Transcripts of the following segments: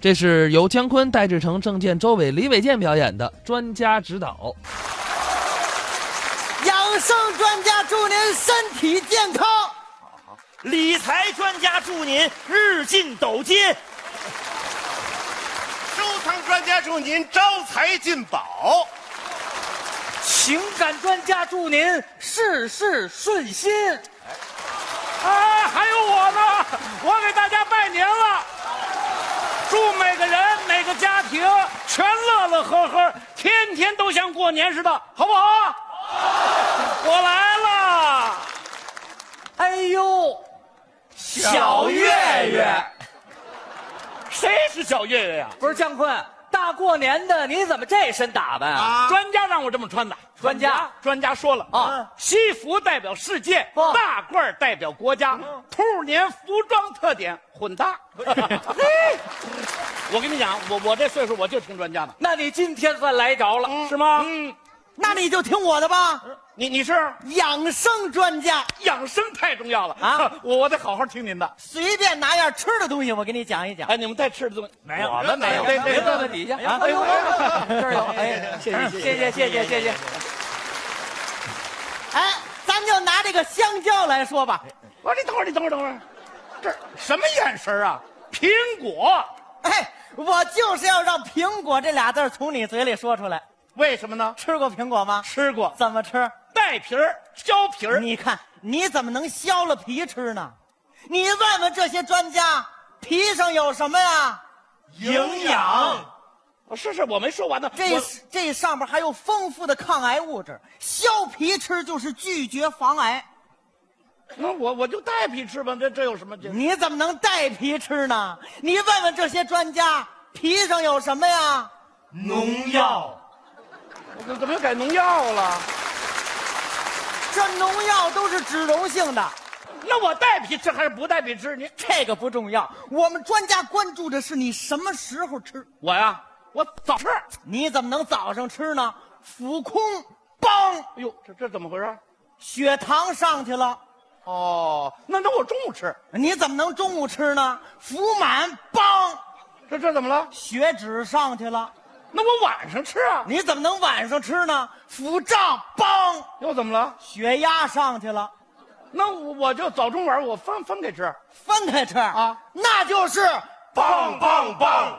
这是由姜昆、戴志诚、郑健、周伟、李伟健表演的，专家指导。养生专家祝您身体健康，理财专家祝您日进斗金，收藏专家祝您招财进宝，情感专家祝您事事顺心。啊，还有我呢，我给大家拜年了，祝每个人每个家庭全乐乐呵呵，天天都像过年似的，好不好啊？我来了，哎呦，小月月，谁是小月月呀？不是姜昆，大过年的你怎么这身打扮啊？啊专家让我这么穿的。专家专家说了啊啊，西服代表世界，哦大褂代表国家，嗯兔年服装特点混搭。 我跟你讲，我我这岁数我就听专家的，嗯那你今天算来着了，嗯是吗？那你就听我的吧。你你是养生专家，养生太重要了啊啊！ 我我得好好听您的。随便拿样吃的东西，我给你讲一讲。哎，你们带吃的东西没有我们没有。哎对别对问问底下啊！哎呦，这儿有，哎，谢谢谢谢谢谢谢谢。哎，咱就拿这个香蕉来说吧。我说你等会儿，你等会儿，等会儿，这儿什么眼神儿啊？苹果哎，我就是要让“苹果”这俩字儿从你嘴里说出来。为什么呢？吃过苹果吗？吃过怎么吃？带皮儿、削皮嗯儿，你看，你怎么能削了皮吃呢？你问问这些专家，皮上有什么呀？营养。哦是是，我没说完呢。这我这上面还有丰富的抗癌物质，削皮吃就是拒绝防癌。那我我就带皮吃吧，这这有什么？这你怎么能带皮吃呢？你问问这些专家，皮上有什么呀？农药。怎怎么又改农药了？这农药都是脂溶性的，那我带皮吃还是不带皮吃？你这个不重要。我们专家关注的是你什么时候吃。我呀，我早吃。哎你怎么能早上吃呢？腹空，梆，哎呦，这这怎么回事？血糖上去了。哦，那那我中午吃，你怎么能中午吃呢？腹满，梆，这这怎么了？血脂上去了。那我晚上吃啊，你怎么能晚上吃呢？腹胀，梆，又怎么了？血压上去了。那我我就早中晚我分分给吃。分开吃啊，那就是棒棒棒！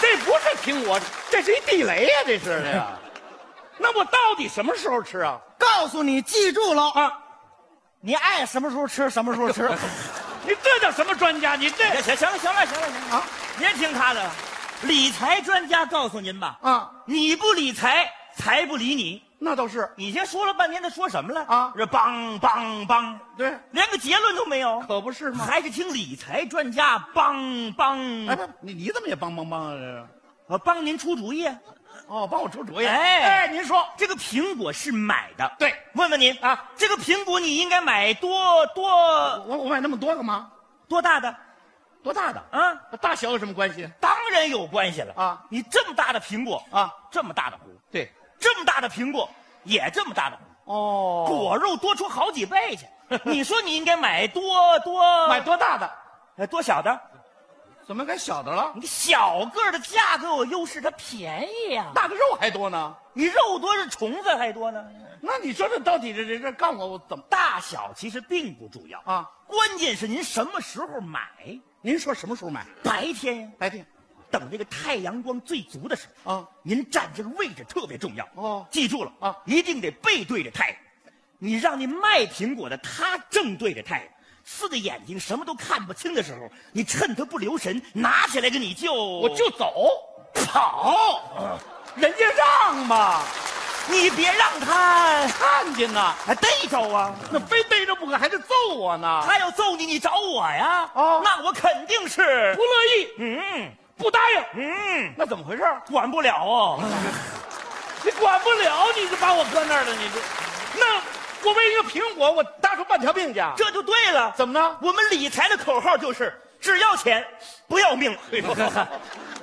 这不是苹果，这是一地雷呀、这是这个。那我到底什么时候吃啊？告诉你，记住了，啊，你爱什么时候吃什么时候吃。 你这叫什么专家？你这行行了行了行了行了啊！别听他的，理财专家告诉您吧，啊，你不理财，财不理你。那倒是你先说了半天，他说什么了啊这梆梆梆，对，连个结论都没有，可不是吗？还是听理财专家梆哎，梆，不，你你怎么也帮帮帮啊？这个。我帮您出主意。啊哦，帮我出主意。哎，哎您说这个苹果是买的，对问问您啊，这个苹果你应该买多多我我买那么多干嘛？多大的？多大的？啊，大小有什么关系？当然有关系了啊！你这么大的苹果啊，这么大的核，对，这么大的苹果也这么大的核，哦，果肉多出好几 倍去。你说你应该买多多买多大的？呃多小的？怎么该小的了？你小个儿的价格有优势，它便宜呀、大的肉还多呢？你肉多是虫子还多呢。那你说这到底这这这干我我怎么？大小其实并不重要啊，关键是您什么时候买。您说什么时候买？白天呀，白天。等这个太阳光最足的时候啊，您站这个位置特别重要哦记住了啊一定得背对着太阳。你让你卖苹果的他正对着太阳，四个眼睛什么都看不清的时候，你趁他不留神拿起来给你就我就走，跑，人家让嘛，你别让他看见呐，还逮着啊！那非逮着不可，还得揍我呢。他要揍你，你找我呀？哦那我肯定是不乐意，嗯不答应，嗯，那怎么回事？管不了哦。 你管不了，你就把我搁那儿了，你这，那我为一个苹果，我搭出半条命去啊，这就对了。怎么呢？我们理财的口号就是只要钱不要命。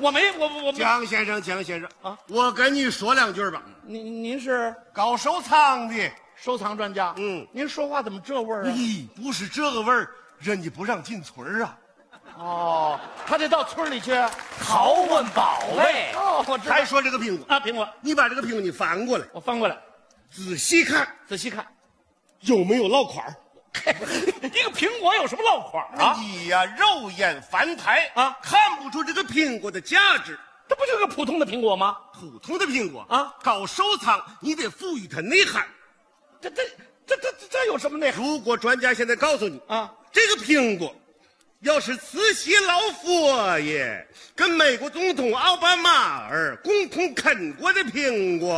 我没，我我我没，江先生，江先生啊，我跟你说两句吧。您您是搞收藏的，收藏专家，嗯您说话怎么这味儿啊？咦，不是这个味儿，人家不让进村儿啊。哦，他得到村里去。拷问宝贝哦，我知道还说这个苹果，啊，苹果，你把这个苹果你翻过来，我翻过来，仔细看仔细看，有没有落款 儿一个苹果有什么落款啊？你哎呀、肉眼凡胎啊看不出这个苹果的价值。这不就是个普通的苹果吗？普通的苹果啊搞收藏你得赋予它内涵。这这这这这这有什么内涵如果专家现在告诉你啊？这个苹果，要是慈禧老佛爷跟美国总统奥巴马尔共同啃过的苹果，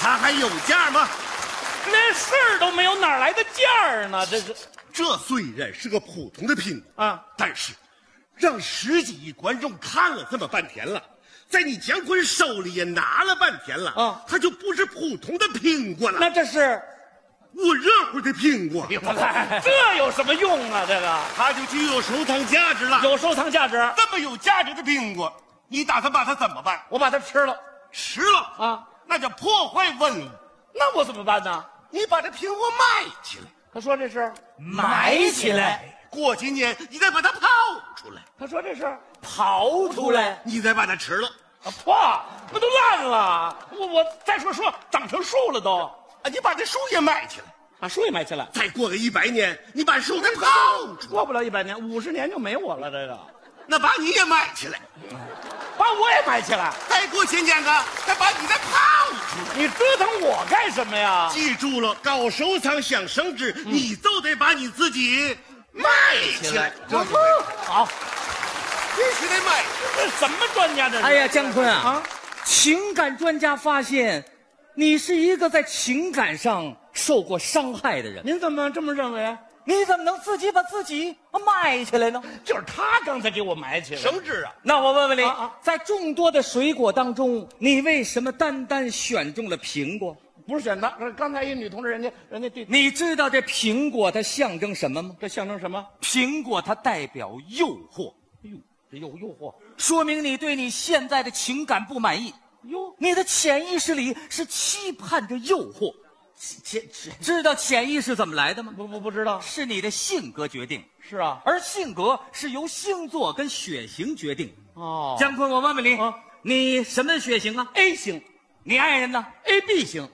它还有价吗？连事儿都没有，哪来的价儿呢？这是这虽然是个普通的苹果啊，但是让十几亿观众看了这么半天了，在你姜昆手里也拿了半天了啊，它就不是普通的苹果了，那哎这是我热乎的苹果，这有什么用啊？这个它就具有收藏价值了。有收藏价值，这么有价值的苹果，你打算把它怎么办？我把它吃了，吃了啊，那叫破坏文物。那我怎么办呢？你把这苹果卖起来，他说这是，埋起来，过几年你再把它刨出来，他说这是，刨出来，你再把它吃了，啊，哇，那都烂了。我我再说说，长成树了都，啊，你把这树也买起来，把树也埋起来，再过个一百年，你把树再刨出来，过不了一百年，五十年就没我了。这个那把你也买起来，把我也埋起来，再过些年啊，再把你再刨出啊来。你折腾我干什么呀？记住了，搞收藏想升值，你就得把你自己卖起来，这嗯就对了好，必须得卖。这什么专家这 是？哎呀，姜昆啊，情感专家发现，你是一个在情感上受过伤害的人。您怎么这么认为？你怎么能自己把自己卖起来呢？就是他刚才给我埋起来，升值啊，那我问问你，啊啊在众多的水果当中，你为什么单单选中了苹果？不是选他，是刚才一女同志，人家人家对你知道这苹果它象征什么吗？这象征什么？苹果它代表诱惑，哎呦，这诱诱惑，说明你对你现在的情感不满意。哟，你的潜意识里是期盼着诱惑，这这知道潜意识怎么来的吗？不不不知道，是你的性格决定，是啊，而性格是由星座跟血型决定。哦姜昆，我问问你，啊你什么血型啊？ ，A 型你爱人呢？ ，A B 型，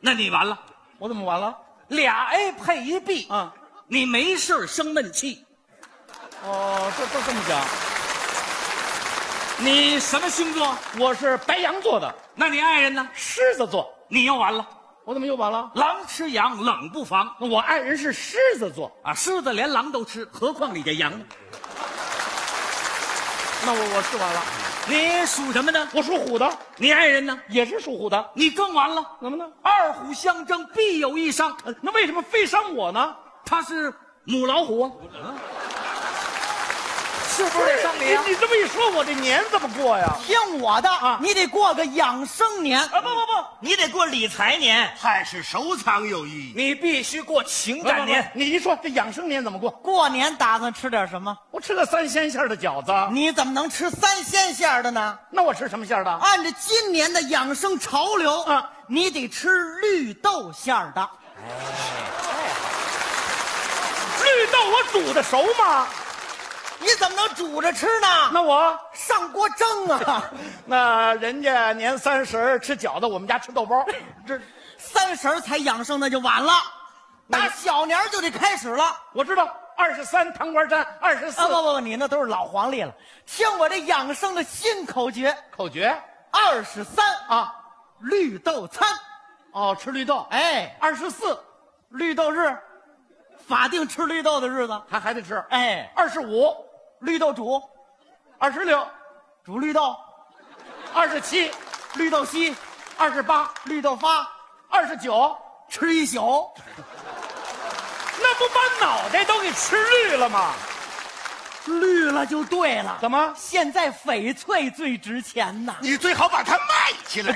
那你完了，我怎么完了？俩 A 配一 B 啊，你没事儿生闷气。哦，这都这么讲，你什么星座？我是白羊座的，那你爱人呢？狮子座，你又完了，我怎么又完了？狼吃羊，冷不防那我爱人是狮子座，啊！狮子连狼都吃，何况你这羊呢？那我我是完了。你属什么呢？我属虎的，你爱人呢？也是属虎的，你更完了，怎么呢？二虎相争，必有一伤。呃那为什么非伤我呢？他是母老虎啊，是不是得伤你啊？你这么一说，我这年怎么过呀？听我的啊你得过个养生年，啊，不不不，你得过理财年，还是收藏有意义。你必须过情感年。不，不不你一说这养生年怎么过？过年打算吃点什么？我吃个三鲜馅儿的饺子，你怎么能吃三鲜馅儿的呢？那我吃什么馅儿啊的？按照今年的养生潮流啊你得吃绿豆馅儿的。绿豆我煮的熟吗？你怎么能煮着吃呢？那我上锅蒸啊！那人家年三十儿吃饺子，我们家吃豆 包， 这三十儿才养生那就晚了，打小年儿就得开始了。我知道。二十三糖瓜粘，二十四啊不不不，你那都是老黄历了。听我这养生的新口诀：口诀二十三啊，啊，绿豆餐。哦，吃绿豆，哎，二十四绿豆日，法定吃绿豆的日子。还还得吃，哎，二十五，绿豆煮，二十六，煮绿豆，二十七，绿豆稀，二十八，绿豆发，二十九，吃一宿。那不把脑袋都给吃绿了吗？绿了就对了。怎么？现在翡翠最值钱呐！你最好把它卖起来。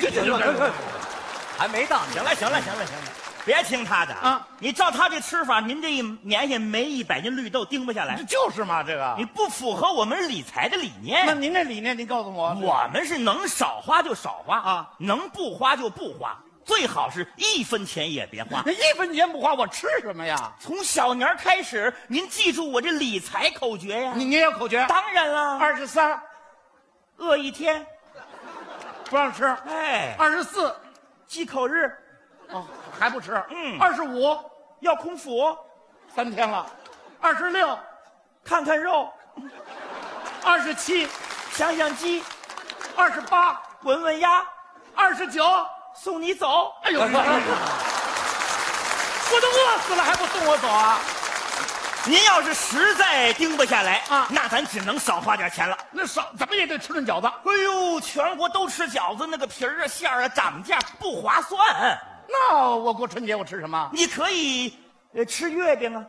还没到呢，行了，行了，行了，行了，别听他的啊！你照他这吃法，您这一年下没一百斤绿豆盯不下来，就是嘛，这个你。不符合我们理财的理那念。您这理念，您告诉我，我们是能少花就少花啊能不花就不花。最好是一分钱也别花那。一分钱不花，我吃什么呀？从小年儿开始，您记住我这理财口诀呀。你你也有口诀？当然了，二十三饿一天，不让吃，哎，二十四忌口日哦还不吃，嗯二十五要空腹，三天了，二十六看看肉，二十七想想鸡，二十八闻闻鸭，二十九，送你走。哎呦，我都饿死了还不送我走啊？您要是实在盯不下来啊那咱只能少花点钱了。那少怎么也得吃顿饺子，哎呦，全国都吃饺子，那个皮儿啊、馅儿啊涨价不划算。那我过春节我吃什么？你可以呃吃月饼啊，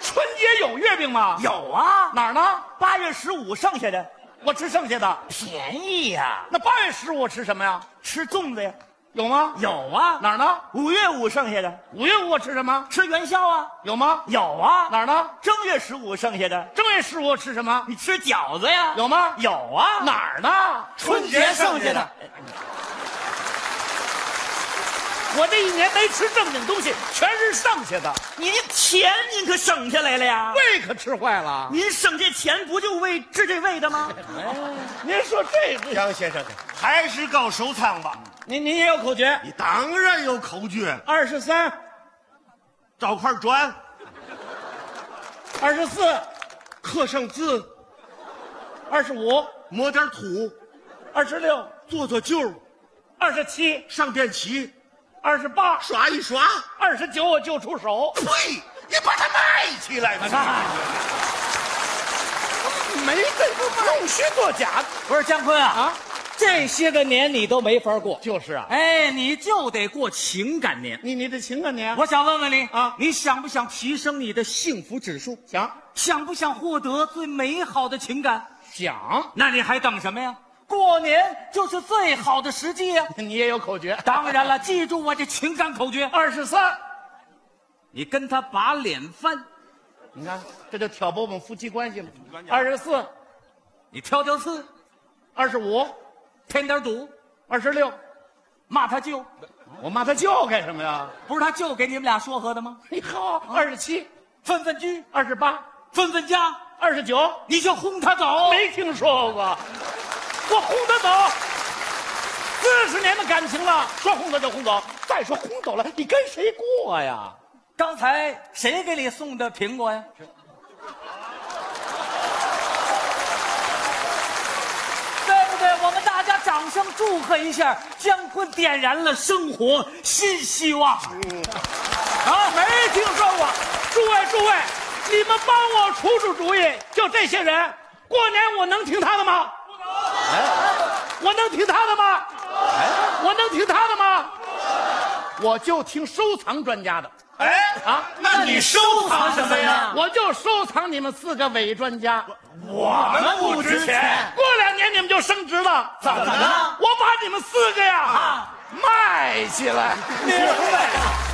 春节有月饼吗？有啊，哪儿呢？八月十五剩下的我吃剩下的。便宜呀、那八月十五我吃什么呀？吃粽子呀，有吗？有啊。哪儿呢？五月五剩下的五月五我吃什么？吃元宵啊，有吗？有啊。哪儿呢？正月十五剩下的正月十五我吃什么？你吃饺子呀，有吗？有啊。哪儿呢？春节剩下的，我这一年没吃正经东西，全是剩下的，您钱您可省下来了呀。胃可吃坏了。您省这钱不就为治这胃的吗？您说这个，张先生，还是搞收藏吧。您您也有口诀？你当然有口诀，二十三、找块砖二十四、刻上字，二十五、抹点土，二十六、做做旧，二十七、上点漆，二十八、刷一刷。二十九，我就出手。呸！你把它卖起来吧。没这不弄虚作假，不是姜昆啊啊啊，这些个年你都没法过，就是啊。哎，你就得过情感年。你你得情感年，我想问问你啊啊，你想不想提升你的幸福指数？想想不想获得最美好的情感？想，那你还等什么呀？过年就是最好的时机呀、你也有口诀？当然了，记住我这情感口诀：二十三，你跟他把脸翻，你看这就挑拨我们夫妻关系了。二十四、你挑挑刺，二十五、添点堵，二十六，骂他舅，我骂他舅干什么呀？不是他舅给你们俩说和的吗？你好，二十七、分分居，二十八、分分家，二十九，你就轰他走。没听说过，我轰他走。四十年的感情了，说轰走就轰走，再说轰走了，你跟谁过呀？刚才谁给你送的苹果呀？对不对？我们大家掌声祝贺一下，姜昆点燃了生活新希望。啊，没听说过。诸位诸位，你们帮我出出主意，就这些人，过年我能听他的吗？不能。我能听他的吗？哎我能听他的吗？我就听收藏专家的，哎啊那你收藏什么呀？我就收藏你们四个伪专家。我们不值钱，过两年你们就升职了，怎么了？啊我把你们四个呀、卖起来。明白。